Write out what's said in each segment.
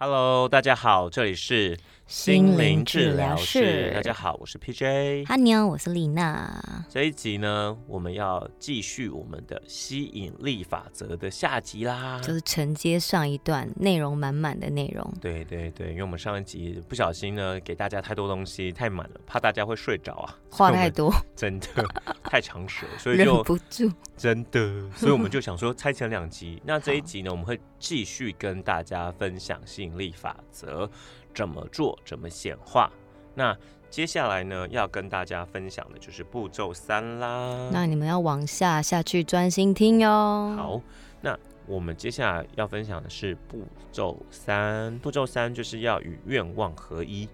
Hello，大家好，这里是心灵治疗室大家好，啊我是 PJ。哈妞，我是丽娜。这一集呢，我们要继续我们的吸引力法则的下集啦。就是承接上一段内容满满的内容，对对对，因为我们上一集不小心呢，给大家太多东西，太满了，怕大家会睡着啊。话太多，所以我 们，真的太长舌，所以忍就不住。真 的，所以我们就想说拆成两集。那这一集呢，我们会继续跟大家分享吸引力法则怎么做，怎么显化。那接下来呢，要跟大家分享的就是步骤三啦。那你们要往下下去专心听哟。，嗯好，那我们接下来要分享的是步骤三。步骤三就是要与愿望合一。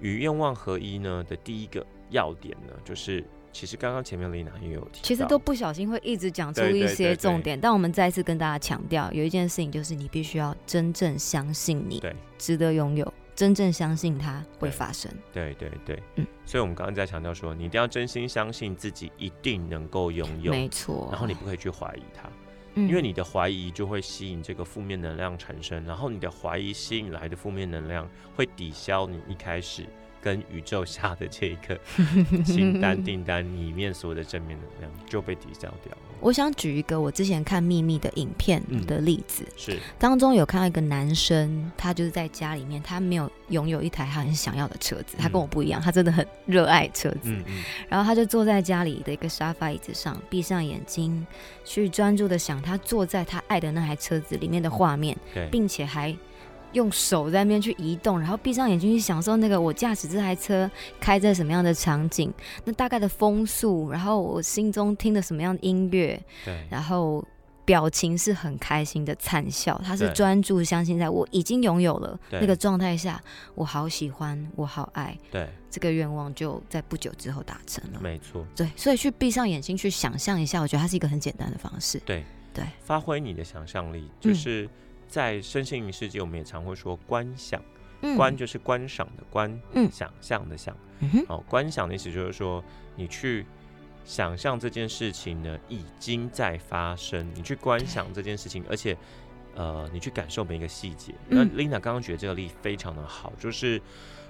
与愿望合一呢的第一个要点呢，就是其实刚刚前面丽娜也有提到，其实都不小心会一直讲出对对一对对些重点，但我们再次跟大家强调，有一件事情就是你必须要真正相信你对值得拥有，真正相信它对会发生。对对对，嗯所以我们刚刚在强调说，你一定要真心相信自己一定能够拥有，没错。然后你不可以去怀疑它，嗯，因为你的怀疑就会吸引这个负面能量产生，然后你的怀疑吸引来的负面能量会抵消你一开始跟宇宙下的这个清单订单里面所有的正面能量就被抵消掉 了。 我想举一个我之前看《秘密》的影片嗯的例子，是当中有看到一个男生，他就是在家里面，他没有拥有一台他很想要的车子，他跟我不一样，他真的很热爱车子。嗯嗯，然后他就坐在家里的一个沙发椅子上，闭上眼睛，去专注的想他坐在他爱的那台车子里面的画面，对，并且还用手在那边去移动，然后闭上眼睛去享受那个我驾驶这台车开在什么样的场景，那大概的风速，然后我心中听的什么样的音乐，对，然后表情是很开心的灿笑，他是对专注相信在我已经拥有了对那个状态下，我好喜欢，我好爱，对，这个愿望就在不久之后达成了。没错。对，所以去闭上眼睛去想象一下，我觉得它是一个很简单的方式。发挥你的想象力，就嗯是在身心灵世界，我们也常会说观想，嗯观就是观赏的观，嗯想象的想。嗯哼，好，观想的意思就是说，你去想象这件事情呢已经在发生，你去观想这件事情，而且呃，你去感受每一个细节。那嗯 Lina 刚刚举的这个例非常的好，就是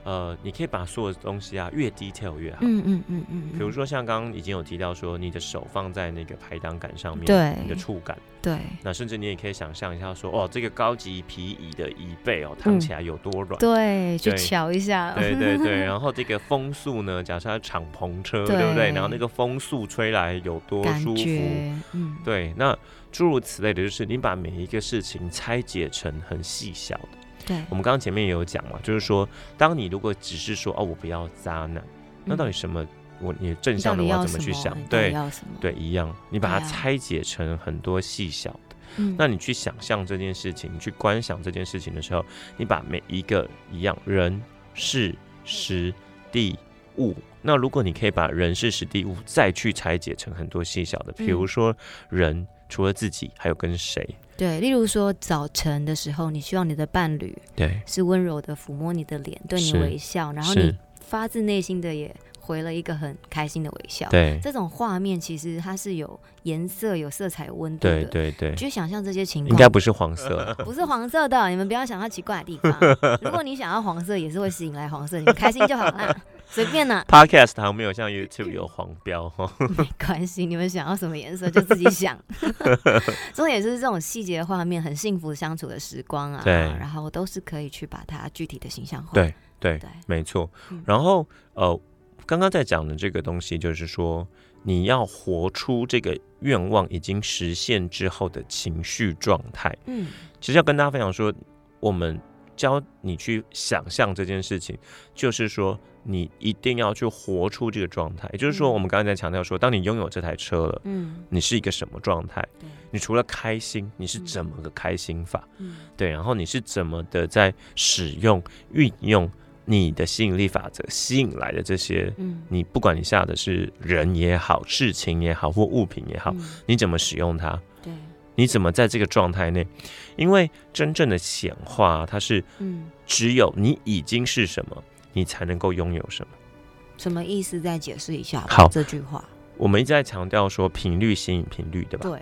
呃，你可以把所有的东西啊越 detail 越好。嗯嗯嗯嗯，比如说，像刚刚已经有提到说，你的手放在那个排挡杆上面，对你的触感，对那甚至你也可以想象一下说，哦，这个高级皮椅的椅背嗯哦，躺起来有多软。对，去对瞧一下，对对 对，然后这个风速呢？假设它敞篷车，对对不对？然后那个风速吹来有多感舒服？觉，嗯，对，那诸如此类的，就是你把每一个事情拆解成很细小的。对我，们刚刚前面也有讲嘛，就是说，当你如果只是说哦，我不要渣男，那到底什么？我你正嗯你向到的底我要要怎么去想？你到底对要什么？对，一样，你把它对啊拆解成很多细小的。嗯，那你去想象这件事情，你去观想这件事情的时候，你把每一个一样人、事、时、地、物。那如果你可以把人、事、时、地、物再去拆解成很多细小的，比如嗯说人除了自己，还有跟谁？对，例如说早晨的时候，你希望你的伴侣对是温柔的抚摸你的脸，对你是微笑，然后是你发自内心的也回了一个很开心的微笑。对这种画面其实它是有颜色、有色彩、有温度的。对对对你，去想象这些情应该况，不是黄色 啦不是黄色的，你们不要想到奇怪的地方。 如果你想要黄色，也是会吸引来黄色，你们开心就好 啦，随便啦， Podcast 好像没有像 YouTube 有黄标哈。没关系，你们想要什么颜色就自己 想。重点是这种细节画面，很幸福相处的时光啊，对然后都是可以去把它具体的形象化。对对对，没错嗯。然后呃，刚刚在讲的这个东西，就是说你要活出这个愿望已经实现之后的情绪状态。嗯，其实要跟大家分享说，我们教你去想象这件事情，就是说你一定要去活出这个状态。也就是说，嗯我们刚才在强调说，当你拥有这台车了。嗯，你是一个什么状态？对，你除了开心，你是嗯怎么个开心法？嗯，对，然后你是怎么的在使用、运用你的吸引力法则吸引来的这些？嗯，你不管你下的是人也好、事情也好或物品也好，嗯，你怎么使用它？对，你怎么在这个状态内？因为真正的显化，它是嗯，只有你已经是什么，你才能够拥有什么。什么意思？再解释一下吧好这句话。我们一直在强调说频率吸引频率，对吧？对，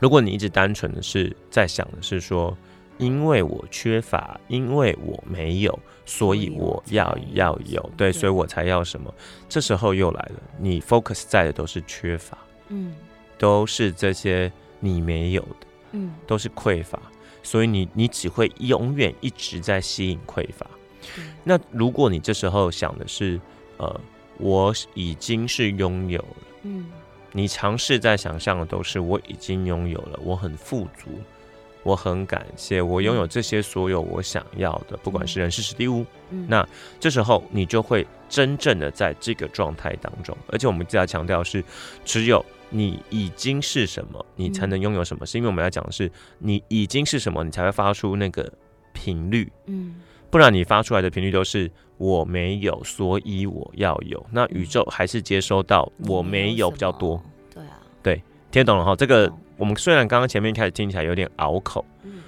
如果你一直单纯的是在想的是说，因为我缺乏，因为我没有，所以我要所以我才要有，对，对所以我才要什么。这时候又来了，你 focus 在的都是缺乏，嗯都是这些你没有的，嗯，都是匮乏，所以你你只会永远一直在吸引匮乏。对那如果你这时候想的是，呃，我已经是拥有了，嗯你尝试在想象的都是我已经拥有了，我很富足，我很感谢，我拥有这些所有我想要的，不管是人事实地物。嗯，那这时候你就会真正的在这个状态当中，而且我们一直在强调是，只有你已经是什么，你才能拥有什么，是因为我们要讲的是你已经是什么，你才会发出那个频率。嗯不然你发出来的频率都是我没有，所以我要有。那宇宙还是接收到我没有比较多，，你没有什么对啊，听得懂了哈？这个懂我们虽然刚刚前面开始听起来有点拗口，嗯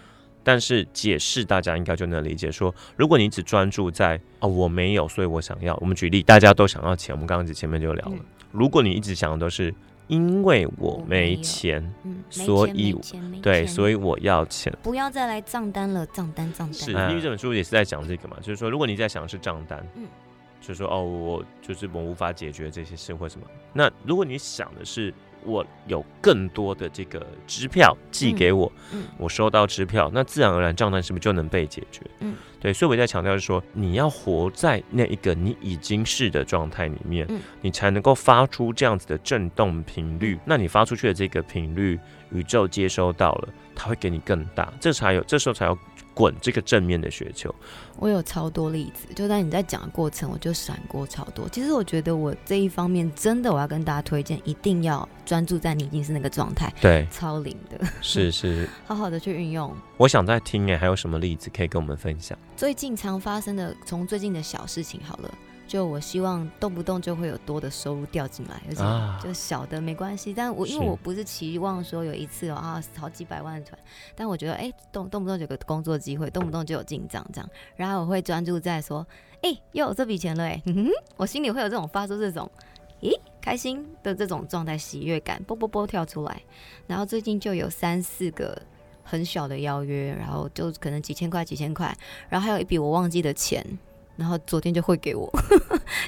但是解释大家应该就能理解说，如果你只专注在哦我没有，所以我想要。我们举例，大家都想要钱，我们刚刚前面就聊了。嗯如果你一直想的都是因为我我没没有钱，嗯，所以我对，所以以我要钱。啊不要再来账单了，账单账单是因为这本书也是在讲这个嘛，就是说，如果你在想的是账单，嗯嗯，就说哦，我就是我无法解决这些事或什么。那如果你想的是我有更多的这个支票寄给我，嗯嗯我收到支票，那自然而然账单是不是就能被解决？嗯嗯，对，所以我在强调是说，你要活在那一个你已经是的状态里面，嗯你才能够发出这样子的震动频率。那你发出去的这个频率，宇宙接收到了，它会给你更大，这才有这时候才有滚这个正面的雪球。我有超多例子，就在你在讲的过程，我就闪过超多。其实我觉得我这一方面真的，我要跟大家推荐，一定要专注在你已经是那个状态， 对，超灵的， 是是，好好的去运用。我想再听哎，还有什么例子可以跟我们分享？最近常发生的，从最近的小事情好了，就我希望动不动就会有多的收入掉进来，而啊且就小的没关系。但我因为是我不是期望说有一次有啊好几百万的团，但我觉得哎、动动不动就有个工作机会，动不动就有进账这样，然后我会专注在说，哎、又有这笔钱了哎、哼哼 我心里会有这种发出这种。咦，开心的这种状态，喜悦感，啵啵啵跳出来。然后最近就有三四个很小的邀约，然后就可能几千块、几千块，然后还有一笔我忘记的钱，然后昨天就汇给我，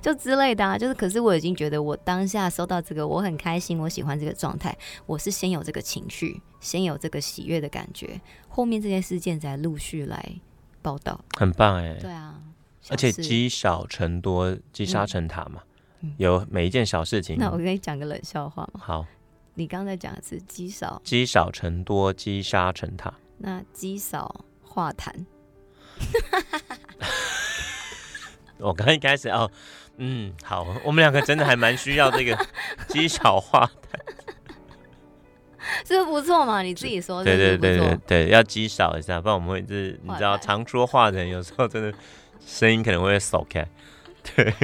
就之类的、啊，就是可是我已经觉得我当下收到这个，我很开心，我喜欢这个状态，我是先有这个情绪，先有这个喜悦的感觉，后面这些事件才陆续来报道。很棒哎，对啊，而且小事积少成多，积沙嗯成塔嘛，嗯有每一件小事情。那我跟你讲个冷笑话嘛，好，你刚才讲的是积少，积少成多，积沙成塔。那积少化痰，我刚刚一开始哦，嗯，好，我们两个真的还蛮需要这 个积少化，是不是不错嘛？你自己说，对对是不是对哦不错对对，要积少一下，不然我们会是，你化知道，痰常说话的人有时候真的声音可能会扫开。对，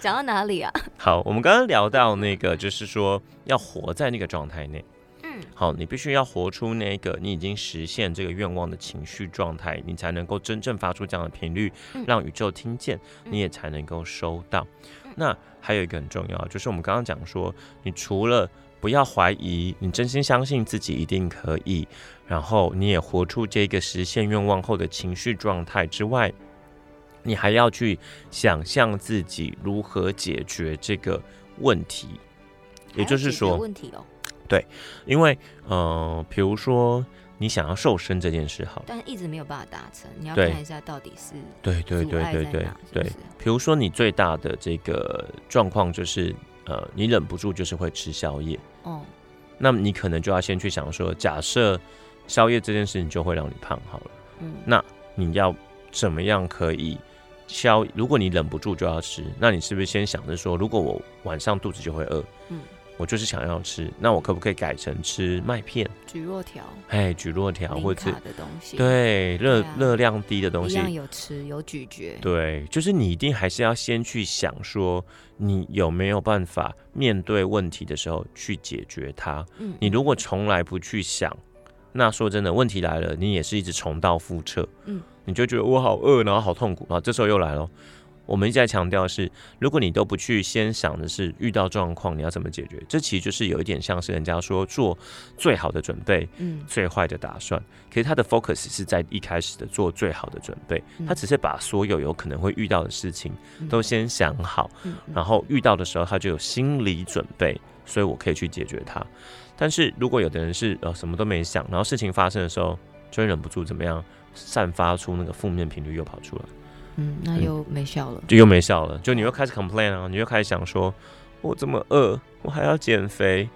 讲到哪里啊？好，我们刚刚聊到那个，就是说要活在那个状态内。嗯，好，你必须要活出那个你已经实现这个愿望的情绪状态，你才能够真正发出这样的频率，嗯让宇宙听见，嗯你也才能够收到嗯。那还有一个很重要，就是我们刚刚讲说，你除了不要怀疑，你真心相信自己一定可以，然后你也活出这个实现愿望后的情绪状态之外，你还要去想象自己如何解决这个问题。也还要就是解决说，问题哦，因为呃，比如说你想要瘦身这件事好了，但一直没有办法达成，你要对看一下到底是对对阻对碍对在对哪是不对是，比如说你最大的这个状况就是呃，你忍不住就是会吃宵夜，哦，那么你可能就要先去想说，假设宵夜这件事情就会让你胖好了，嗯，那你要怎么样可以？消，如果你忍不住就要吃，那你是不是先想着说，如果我晚上肚子就会饿，嗯我就是想要吃，那我可不可以改成吃麦片，菊若条、哎，蒟蒻条，零或者是卡的东西，，对，热啊热量低的东一西，样有吃有咀嚼，对，就是你一定还是要先去想说，你有没有办法面对问题的时候去解决它。嗯，你如果从来不去想，那说真的，问题来了，你也是一直重蹈覆辙。嗯，你就觉得我好饿，然后好痛苦，然后这时候又来了，我们一直在强调的是，如果你都不去先想的是遇到状况你要怎么解决，这其实就是有一点像是人家说做最好的准备，嗯，最坏的打算。可是他的 focus 是在一开始的做最好的准备，嗯他只是把所有有可能会遇到的事情嗯都先想好，嗯嗯然后遇到的时候他就有心理准备，所以我可以去解决它。但是如果有的人是呃什么都没想，然后事情发生的时候就会忍不住怎么样，散发出那个负面频率又跑出来，嗯，那嗯又没效了。就又没效了，就你又开始 complain 啊，你又开始想说，我这么饿，我还要减 肥，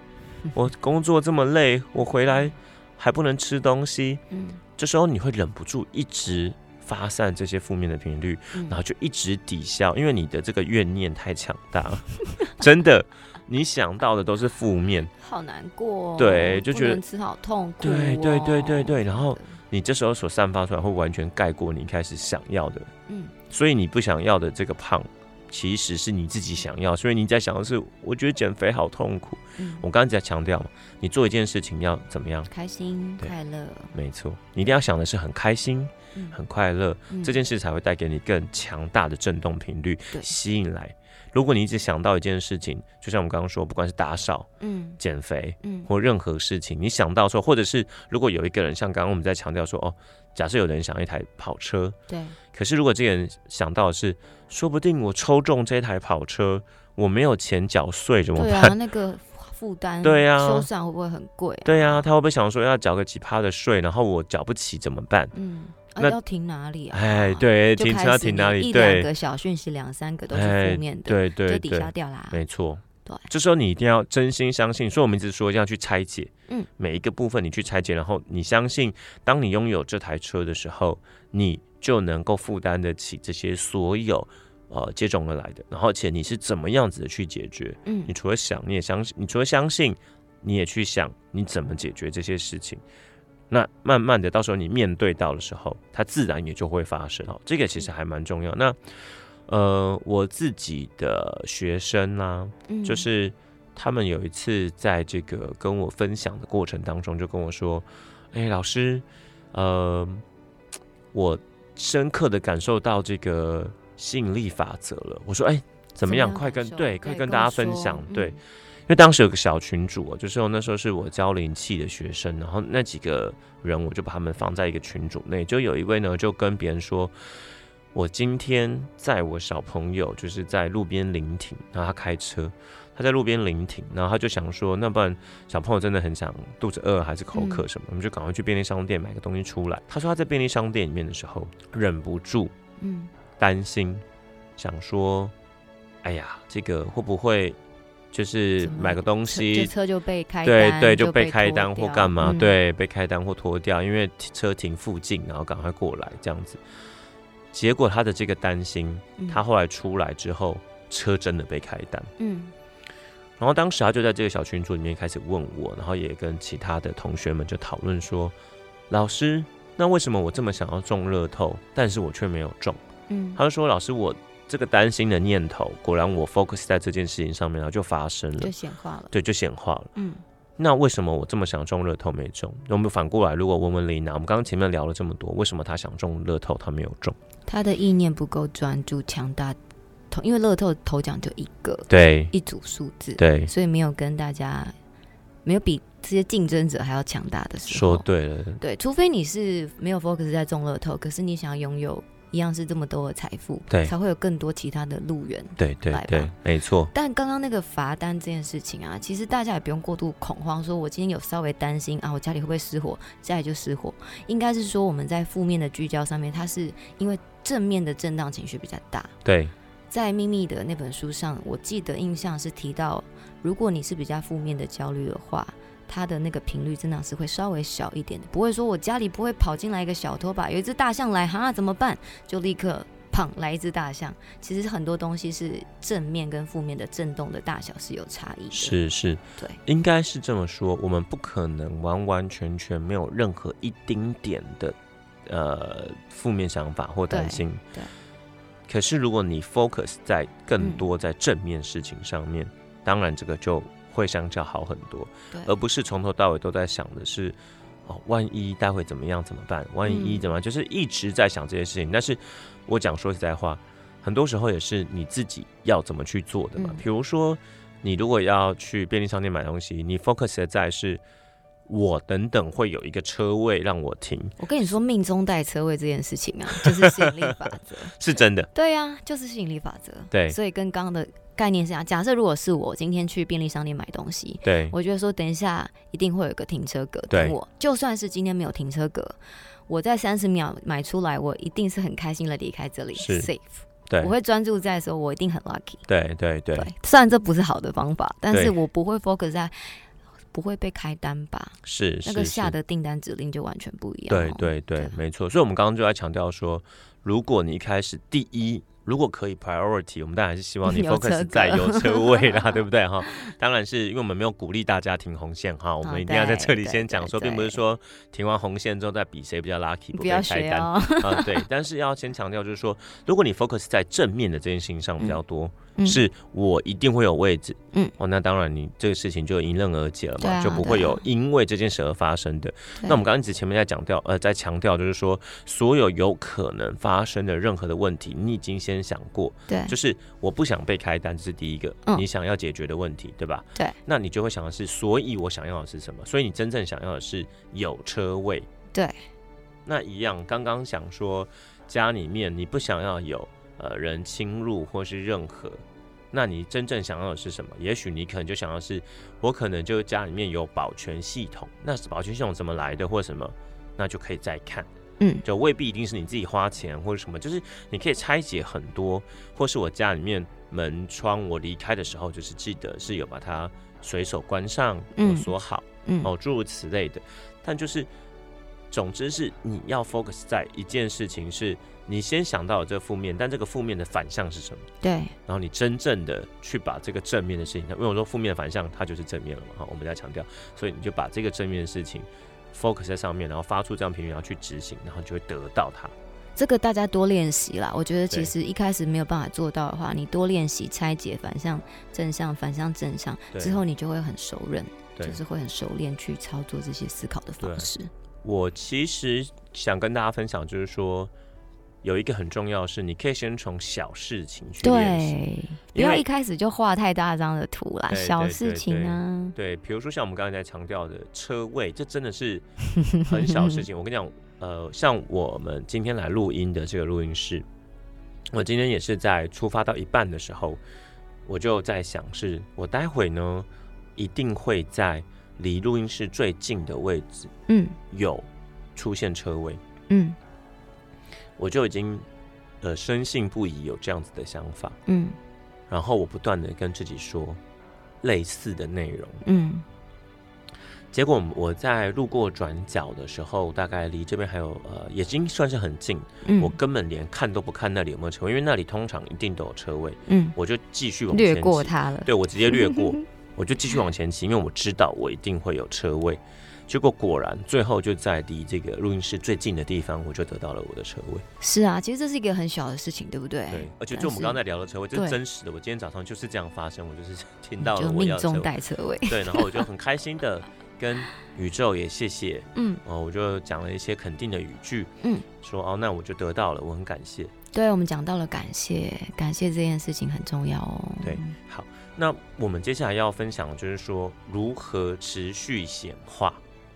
我工作这么累，我回来还不能吃东西，嗯，这时候你会忍不住一直发散这些负面的频率，嗯然后就一直抵消，因为你的这个怨念太强大了， 真的，你想到的都是负面。好难过、哦，对就不觉得能吃好痛苦、哦，对对对对对，然后你这时候所散发出来会完全盖过你一开始想要的，嗯所以你不想要的这个胖，其实是你自己想要，所以你在想的是，我觉得减肥好痛苦。嗯，我刚刚在强调嘛，你做一件事情要怎么样？开心对快乐，没错，你一定要想的是很开心、嗯很快乐，嗯这件事才会带给你更强大的震动频率对吸引来。如果你一直想到一件事情，就像我们刚刚说，不管是打扫、嗯减肥嗯或任何事情，你想到说，或者是如果有一个人，像刚刚我们在强调说，哦，假设有人想要一台跑车，对，可是如果这个人想到的是，说不定我抽中这台跑车，我没有钱缴税怎么对办？ 啊，那个负担，对啊修缮会不会很贵、啊？对啊，他会不会想说要缴个几趴的税，然后我缴不起怎么办？嗯，啊、那要停哪里啊？哎，，对，就停开车始停哪你里？一两对，个小讯息，两三个都是哎负面的，对就对抵对消，掉啦。没错。对这时候你一定要真心相信，所以我们一直说要去拆解，嗯，每一个部分你去拆解，然后你相信，当你拥有这台车的时候，你就能够负担得起这些所有呃接踵而来的，然后而且你是怎么样子的去解决？嗯你除了想，你也相信，你除了相信，你也去想你怎么解决这些事情。那慢慢的，到时候你面对到的时候，它自然也就会发生哦。这个其实还蛮重要。那呃，我自己的学生啦、嗯，就是他们有一次在这个跟我分享的过程当中，就跟我说：“哎、老师，呃，我深刻的感受到这个吸引力法则了。”我说：“哎、怎么样？快感跟受对，快跟大我家分说享。”嗯对，因为当时有个小群主、哦，就是我那时候是我教灵气的学生，然后那几个人我就把他们放在一个群组内，就有一位呢就跟别人说，我今天载我小朋友就是在路边临停，然后他开车，他在路边临停，然后他就想说，那不然小朋友真的很想肚子饿还是口渴什么，我们就赶快去便利商店买个东西出来。他说他在便利商店里面的时候，忍不住嗯担心，想说，哎呀，这个会不会就是怎么买个东车这西，车就被开对单对，就就被开拖单或掉干嘛，嗯对，被开单或拖掉，因为车停附近，然后赶快过来这样子。结果他的这个担心，他后来出来之后，车真的被开单。嗯然后当时他就在这个小群组里面开始问我，然后也跟其他的同学们就讨论说，老师，那为什么我这么想要中乐透，但是我却没有中？嗯他就说：“老师，我这个担心的念头，果然我 focus 在这件事情上面，然后就发生嗯，就了，显化了，对，就显化了。嗯那为什么我这么想中乐透没中？那我们反过来，如果问问丽娜，我们刚刚前面聊了这么多，为什么她想中乐透，她没有中？他的意念不够专注、强大，头因为乐透头奖就一个对，一组数字，对，所以没有跟大家没有比这些竞争者还要强大的时说候。对了，对，除非你是没有 focus 在中乐透，可是你想要拥有一样是这么多的财富，对才会有更多其他的路人。对对来吧对，没错，哦但刚刚那个罚单这件事情啊，其实大家也不用过度恐慌，说我今天有稍微担心啊，我家里会不会失火，家里就失火。应该是说我们在负面的聚焦上面，它是因为正面的震荡情绪比较大，对在《秘密》的那本书上，我记得印象是提到，如果你是比较负面的焦虑的话，它的那个频率增长是会稍微小一点的，不会说我家里不会跑进来一个小偷吧，有一只大象来哈怎么办？就立刻砰来一只大象。其实很多东西是正面跟负面的震动的大小是有差异的，是是，对，应该是这么说。我们不可能完完全全没有任何一丁点的呃负面想法或担对心。对可是如果你 focus 在更嗯多在正面事情上面，当然这个就会相较好很多，对，而不是从头到尾都在想的是。哦，万一待会怎么样怎么办？万一嗯怎么样？就是一直在想这些事情。但是，我讲说实在话，很多时候也是你自己要怎么去做的嘛嗯。比如说，你如果要去便利商店买东西，你 focus 的在是我等等会有一个车位让我停，我跟你说，命中带车位这件事情啊，就是吸引力法则。是真的。对呀、就是吸引力法则。对所以跟刚刚的概念是一样。假设如果是我今天去便利商店买东西，对我觉得说等一下一定会有个停车格对等我，就算是今天没有停车格，我在三十秒买出来，我一定是很开心的离开这里是，safe。对我会专注在说，我一定很 lucky。对对对，对，虽然这不是好的方法，但对是我不会 focus 在不会被开单吧？是那个是是下。的订单指令就完全不一样、对哦。对对啊，没错。所以，我们刚刚就在强调说，如果你一开始第一，如果可以 priority，我们当然还是希望你 有 focus 车格在有车位 啦，对不对哈？当然是因为我们没有鼓励大家停红线哈，我们啊一定要在对这里对先讲对说，并不是对说停完红线之后再比谁比较 lucky 你不不被要开学单啊、哦， 对。但是要先强调就是说，如果你 focus 在正面的这件事情上比较多，嗯是我一定会有位置，嗯，哦，那当然你这个事情就迎刃而解了嘛，对啊就不对会啊有因为这件事而发生的。那对我们刚刚一直前面在讲掉，呃，在强调就是说，所有有可能发生的任何的问题，你已经先想过，对就是我不想被开单，这是第一个，嗯你想要解决的问题，对吧？对。那你就会想的是，所以我想要的是什么？所以你真正想要的是有车位。对。那一样，刚刚想说家里面你不想要有呃人侵入或是任何。那你真正想要的是什么？也许你可能就想要是，我可能就家里面有保全系统，那是保全系统怎么来的或什么，那就可以再看，嗯就未必一定是你自己花钱或者什么，就是你可以拆解很多，或是我家里面门窗我离开的时候，就是记得是有把它随手关上，有嗯锁好，嗯哦，诸如此类的。但就是，总之是你要 focus 在一件事情，是你先想到有这负面，但这个负面的反向是什么？对然后你真正的去把这个正面的事情，因为我说负面的反向，它就是正面了嘛，哈，我们在强调，所以你就把这个正面的事情 focus 在上面，然后发出这样频率，然后去执行，然后你就会得到它。这个大家多练习啦。我觉得对其实一开始没有办法做到的话，你多练习拆解反向正向反向正向对之后，你就会很熟稔，对就是会很熟练去操作这些思考的方式。我其实想跟大家分享，就是说有一个很重要的是，你可以先从小事情去练习。对，不因要为一开始就画太大张的图啦，对对小事情啊，对，比如说像我们刚才在强调的车位，这真的是很小的事情。我跟你讲，呃，像我们今天来录音的这个录音室，我今天也是在出发到一半的时候，我就在想是，我待会呢一定会在离录音室最近的位置嗯有出现车位，嗯我就已经呃深信不疑有这样子的想法，嗯然后我不断的跟自己说类似的内容。嗯结果我在路过转角的时候，大概离这边还有呃，已经算是很近，嗯，我根本连看都不看那里有没有车位，因为那里通常一定都有车位，嗯我就继续往前略过骑它了，对我直接略 过，我就继续往前骑，因为我知道我一定会有车位。结果果然，最后就在离这个录音室最近的地方，我就得到了我的车位。是啊，其实这是一个很小的事情，对不对？对，而且但就我们哎是刚才聊的车位，这是对真实的。我今天早上就是这样发生，我就是听到就了我要的命车中位，带 车位，对，然后我就很开心的跟宇宙也谢谢，嗯，哦，我就讲了一些肯定的语句，嗯，说哦，那我就得到了，我很感谢。对，我们讲到了感谢，感谢这件事情很重要哦。对好，那我们接下来要分享的就是说如何持续显化，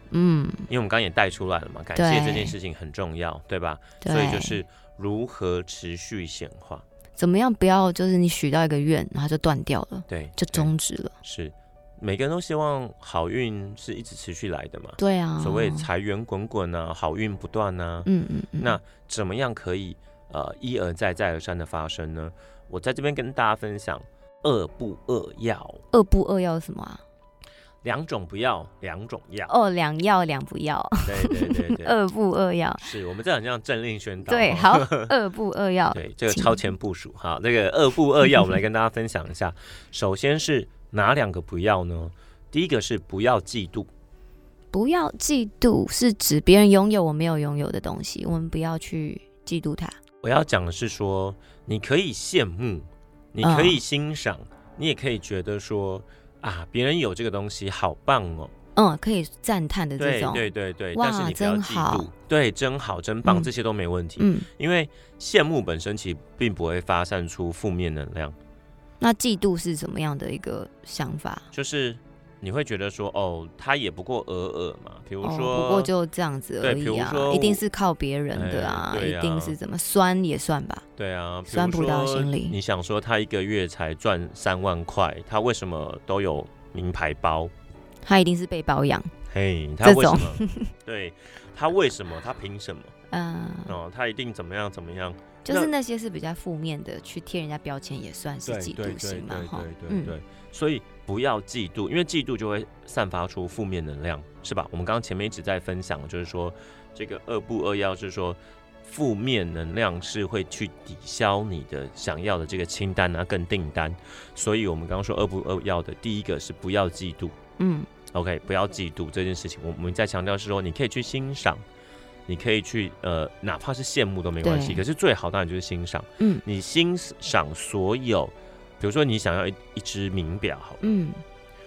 嗯，因为我们刚刚也带出来了嘛，感谢对这件事情很重要，对吧？对，所以就是如何持续显化，怎么样不要就是你许到一个愿，然后就断掉了，对，就对终止了。是每个人都希望好运是一直持续来的嘛，对啊，所谓财源滚滚啊，好运不断啊，嗯嗯嗯，那怎么样可以呃一而再再而三的发生呢？我在这边跟大家分享二不二要，二不二要什么啊？两种不要，两种要。哦，两要两不要，对对对对，二不二要，是我们这很像政令宣导。对，哦好，二不二 要，对，这个请超前部署哈，这个二不二要，我们来跟大家分享一下。首先是哪两个不要呢？第一个是不要嫉妒，不要嫉妒，是指别人拥有我没有拥有的东西，我们不要去嫉妒它。我要讲的是说，你可以羡慕，你可嗯以欣赏，你也可以觉得说啊，别人有这个东西好棒哦，嗯，可以赞叹的这对种，对对对，哇但是你不要真嫉妒好，对，真好，真棒，嗯这些都没问题。嗯，因为羡慕本身其实并不会发散出负面能量，那嫉妒是什么样的一个想法？就是你会觉得说，哦，他也不过尔尔嘛。比如说，哦，不过就这样子对而比已如啊，说一定是靠别人的啊，哎对啊一定是怎么酸也算吧，对啊，比如酸葡萄说心理你想说他一个月才赚三万块，他为什么都有名牌包？他一定是被包养，嘿，他为这什种么？ 对他为什么？他凭什么？嗯、哦，他一定怎么样怎么样？就是那些是比较负面的，去贴人家标签也算是对嫉对妒对心嘛，对哈对，对嗯，对，所以不要嫉妒，因为嫉妒就会散发出负面能量，是吧？我们刚刚前面一直在分享，就是说这个二不二要，就是说负面能量是会去抵消你的想要的这个清单啊，跟订单。所以我们刚刚说二不二要的第一个是不要嫉妒嗯， ，OK，不要嫉妒这件事情，我我们在强调是说你可以去欣赏。你可以去呃，哪怕是羡慕都没关系，对可是最好当然就是欣赏。嗯你欣赏所有，比如说你想要一一只名表好了，嗯，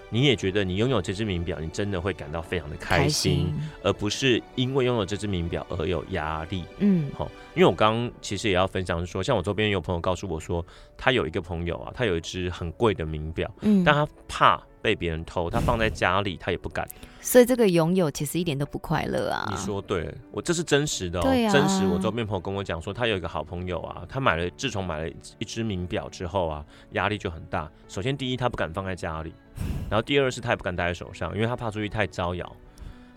你也觉得你拥有这只名表，你真的会感到非常的开开心，而不是因为拥有这只名表而有压力。嗯好，因为我刚刚其实也要分享是说，像我周边有朋友告诉我说，他有一个朋友啊，他有一只很贵的名表，嗯，但他怕被别人偷，他放在家里他也不敢。所以这个拥有其实一点都不快乐啊，你说对了，我这是真实的哦，对啊真实。我周边朋友跟我讲说，他有一个好朋友啊，他买了，自从买了一只名表之后啊，压力就很大。首先第一，他不敢放在家里，然后第二是他也不敢戴在手上，因为他怕出去太招摇。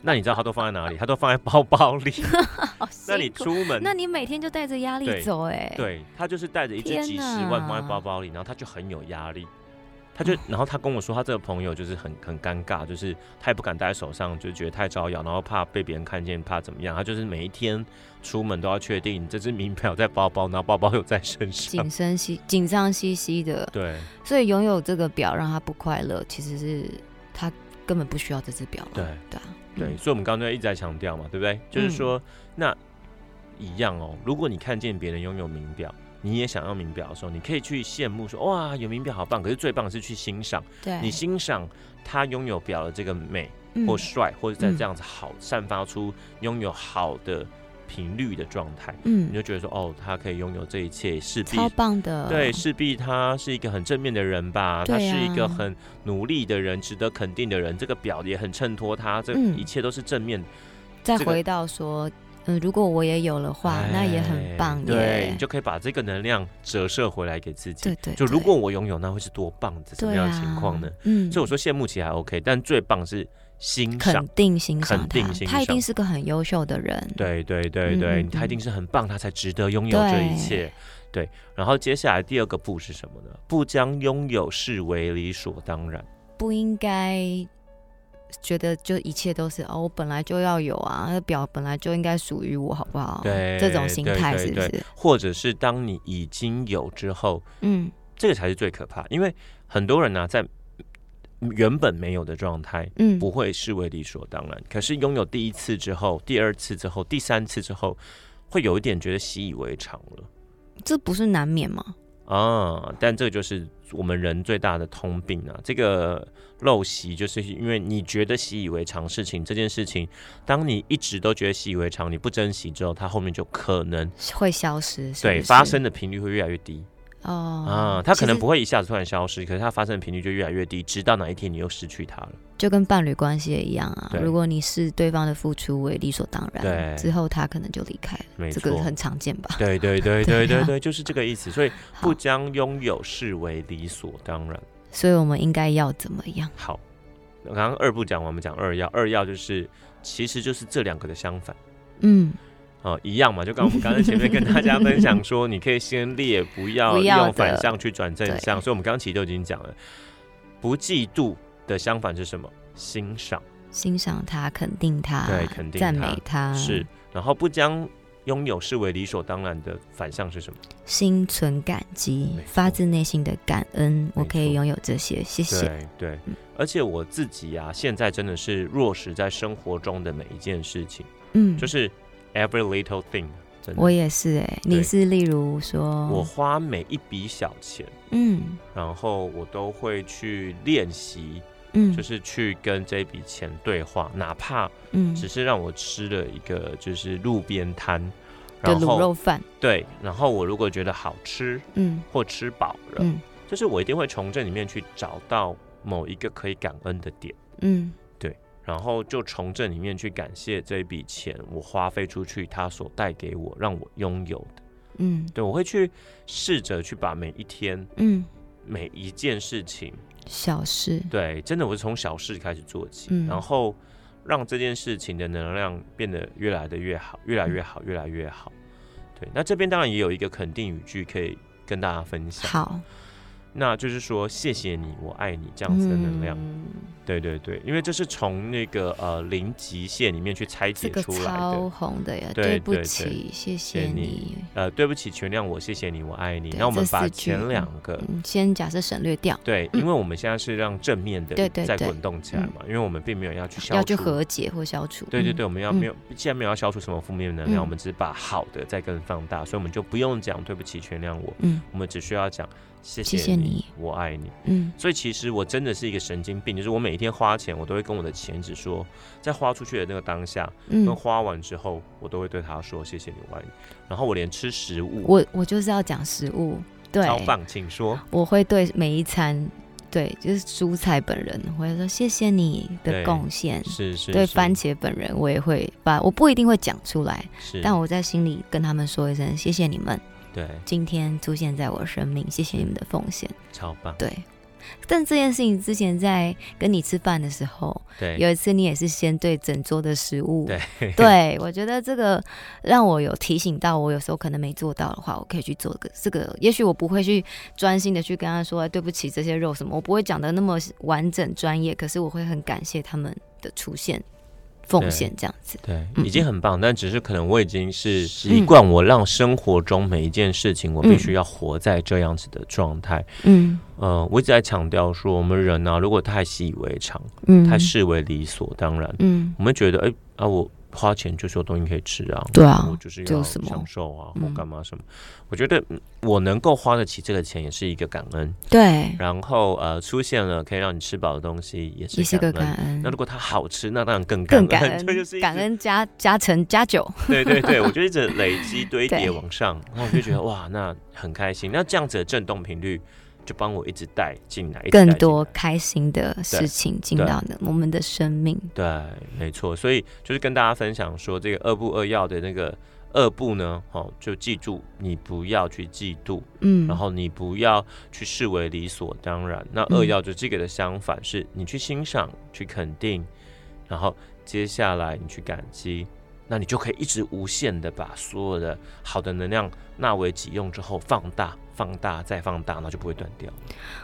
那你知道他都放在哪里？他都放在包包里。 好那你辛苦出门，那你每天就带着压对力走、哎，，对啊他就是带着一只天几十哪嗯万放在包包里，然后他就很有压力。他就，然后他跟我说，他这个朋友就是很很尴尬，就是他也不敢戴在手上，就觉得太招摇，然后怕被别人看见，怕怎么样。他就是每一天出门都要确定这只名表在包包，然后包包有在身上紧。身兮紧张兮兮的，对所以拥有这个表让他不快乐，其实是他根本不需要这只表、啊，对对啊，对，嗯所以我们刚才一直在强调嘛，对不对？就是说，那一样哦，如果你看见别人拥有名表，你也想要名表的时候，你可以去羡慕说，哇，有名表好棒。可是最棒的是去欣赏，对，你欣赏他拥有表的这个美。哎嗯或帅，或者在嗯这样子好散发出拥有好的频率的状态，你嗯，就觉得说，哦，他可以拥有这一切，势必超棒的，对，势必他是一个很正面的人吧，他对啊是一个很努力的人，值得肯定的人，这个表也很衬托他，这嗯一切都是正面，再这个回到说，嗯，如果我也有的话，那也哎很棒耶，对，你就可以把这个能量折射回来给自己。对对，就对如果我拥有，那会是多棒的什么对样啊的情况呢？？嗯，所以我说羡慕其实还 OK，但最棒是欣赏肯。定欣赏肯定他欣，他一赏定是个很优秀的人，对对对对，嗯嗯他一定是很棒，他才值得拥有对这一切。对，然后接下来第二个不是什么呢？不将拥有视为理所当然。不应该觉得就一切都是哦，我本来就要有啊，那表本来就应该属于我，好不好？对这种心态对对是不对是？或者是当你已经有之后，嗯这个才是最可怕，因为很多人呢、啊在原本没有的状态。嗯，不会视为理所当然，可是拥有第一次之后、第二次之后、第三次之后，会有一点觉得习以为常了。这不是难免吗？啊，但这就是我们人最大的通病啊！这个陋习，就是因为你觉得习以为常事情这件事情，当你一直都觉得习以为常，你不珍惜之后，它后面就可能会消失，是对不是发生的频率会越来越低哦啊。它可能其实不会一下子突然消失，可是它发生的频率就越来越低，直到哪一天你又失去它了。就跟伴侣关系也一样啊对。如果你视对方的付出为理所当对然，之后他可能就离开了，没这错，个很常见吧？对 对对对对啊对对，就是这个意思。所以不好，将拥有视为理所当然。所以我们应该要怎么样？好，刚刚二不讲完，我们讲二要，二要就是其实就是这两个的相反嗯，啊、一样嘛。就刚我们刚才前面跟大家分 享说，你可以先列，不要不要的用反向去转正向。对所以我们刚刚其实都已经讲了，不嫉妒的相反是什么？欣赏、欣赏他，肯定他，对肯定赞他美他，是，然后不将。拥有视为理所当然的反向是什么？心存感激没，错发自内心的感恩，错我可以拥有这些，谢谢。对对嗯，而且我自己啊，现在真的是落实在生活中的每一件事情，嗯，就是 every little thing 真的。我也是哎、你是例如说，我花每一笔小钱，嗯然后我都会去练习嗯，就是去跟这笔钱对话，哪怕嗯只是让我吃了一个就是路边摊，的然卤后肉饭，对，然后我如果觉得好吃嗯或吃饱了，嗯就是我一定会从这里面去找到某一个可以感恩的点，嗯然后就从这里面去感谢这笔钱我花费出去，它所带给我让我拥有的。嗯对，我会去试着去把每一天嗯，每一件事情，小事，对，真的我是从小事开始做起，嗯然后让这件事情的能量变得越来的越好，越来嗯越好，越来越好。对，那这边当然也有一个肯定语句可以跟大家分享，好，那就是说谢谢你，我爱你这样子的能量。嗯对对对，因为这是从那个呃零极限里面去拆这解个出来的超。红的呀，对不对对起，谢谢谢你你。呃，对不起，全谅我，谢谢你，我爱你。对那我们这把四句前两个，嗯，先假设省略掉，对，嗯因为我们现在是让正面的对对在对嗯滚动起来嘛，因为我们并没有要去消要去除和解或消除。对对嗯对，我们要嗯没有，既然没有要消除什么负面能量，嗯我们只是把好的再更放大，所以我们就不用讲对不起，全谅我，嗯我们只需要讲谢谢谢谢你你，我爱你。嗯所以其实我真的是一个神经病，就是我每一天花钱，我都会跟我的钱只说，在花出去的那个当下，跟嗯，花完之后，我都会对他说谢谢你，我爱你。然后我连吃食物，我我就是要讲食物，对，嗯超棒，请说。我会对每一餐，对，就是蔬菜本人，我会说谢谢你对的贡献。是是，对是番，茄本人，我也会把，我不一定会讲出来，是，但我在心里跟他们说一声，谢谢你们对今天出现在我生命，谢谢你们的奉献。超棒，对，但这件事情之前在跟你吃饭的时候，对有一次你也是先对整桌的食物，哎对 对我觉得这个让我有提醒到，我有时候可能没做到的话，我可以去做个这个，也许我不会去专心的去跟他说、哎对不起这些肉什么，我不会讲的那么完整专业，可是我会很感谢他们的出现。奉献这样子，对，嗯已经很棒，但只是可能我已经是习嗯惯，我让生活中每一件事情，我必嗯须要活在这样子的状态。嗯呃，我一直在强调说，我们人呢、啊如果太习以为常，嗯，太视为理所当然，嗯，我们觉得，哎、啊，我花钱就是有东西可以吃啊，对啊我就是这要有什么享受啊，或嗯干嘛什么。我觉得嗯我能够花得起这个钱，也是一个感嗯恩。对，然后呃，出现了可以让你吃饱的东西，也也是是个感感恩。恩那，如果它好吃，那当然更感更恩， 感这就是一直恩，感恩加加成加九， 对对对，我就一直累积堆叠对往上，然后我就 觉得哇，那很开心。那这样子的震动频率就帮我一直带进来，一直带更进多来开心的事情进到的我们的生命。对，没错。所以就是跟大家分享说，这个二不二要的那个二不呢，哦，就记住你不要去嫉妒，嗯，然后你不要去视为理所当然。那嗯二要就这个的相反是，你去欣赏、去肯定，然后接下来你去感激，那你就可以一直无限的把所有的好的能量纳为己用之后放大、放大再放大，然后就不会断掉。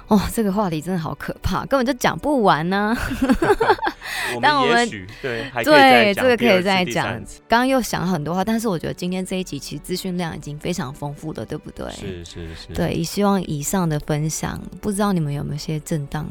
哦，这个话题真的好可怕，根本就讲不完啊呢、 我但我们也们许对还可以再对，讲这个可第二以次再第讲三次。 刚刚又想很多话，但是我觉得今天这一集其实资讯量已经非常丰富了，对不对？是是是，对，也希望以上的分享，不知道你们有没有些震荡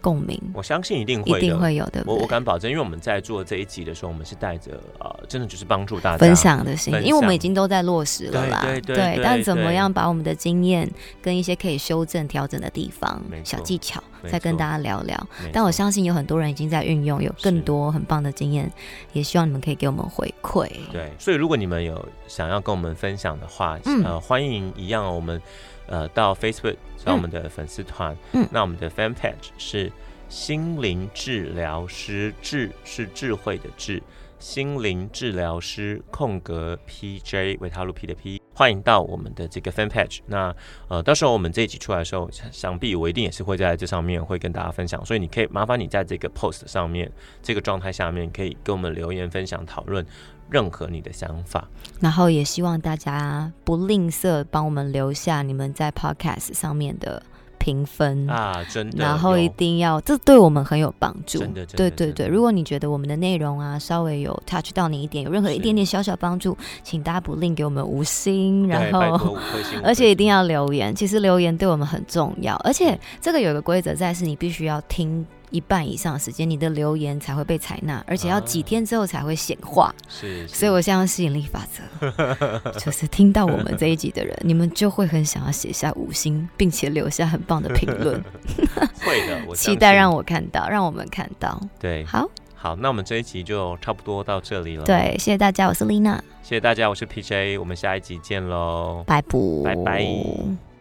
共鸣，我相信一定一会的。定会有，对我不我对？敢保证，因为我们在做这一集的时候，我们是带着呃，真的就是帮助大家分享的心分，享因为我们已经都在落实了啦，对对对对但怎么对样把我们的经验跟一些可以修正、调整的地方没、错小技巧，没再跟错大家聊聊。没但我错相信有很多人已经在运用，有更是多很棒的经验，也希望你们可以给我们回馈。对，所以如果你们有想要跟我们分享的话，嗯呃，欢迎一样哦我们呃到 Facebook 找我们的粉丝团，嗯那我们的 Fan Page 是心灵治疗师智是智慧的智，心灵治疗师空格 PJ 维他露 P 的 P。欢迎到我们的这个 fan page，那呃，到时候我们这一集出来的时候，想想必我一定也是会在这上面会跟大家分享，所以你可以麻烦你在这个 post 上面，这个状态下面可以跟我们留言分享讨论，任何你的想法。然后也希望大家不吝啬帮我们留下你们在 Podcast 上面的评分。啊，真的有。然后一定要，这对我们很有帮助。真的真的对真对的对，如果你觉得我们的内容啊稍微有 touch 到你一点，有任何一是点点小小帮助，请大家不吝给我们五星，对然拜后托五颗星而且一定要留言。其实留言对我们很重要，而且这个有一个规则在，是你必须要听一半以上的时间，你的留言才会被采纳，而且要几天之后才会显化。是，所以我相信吸引力法则，就是听到我们这一集的人，你们就会很想要写下五星，并且留下很棒的评论，会的，我期待让我我看到，让我们看到。对好，好，那我们这一集就差不多到这里了。，对，谢谢大家，我是丽娜，谢谢大家，我是 PJ，我们下一集见喽。拜拜，拜拜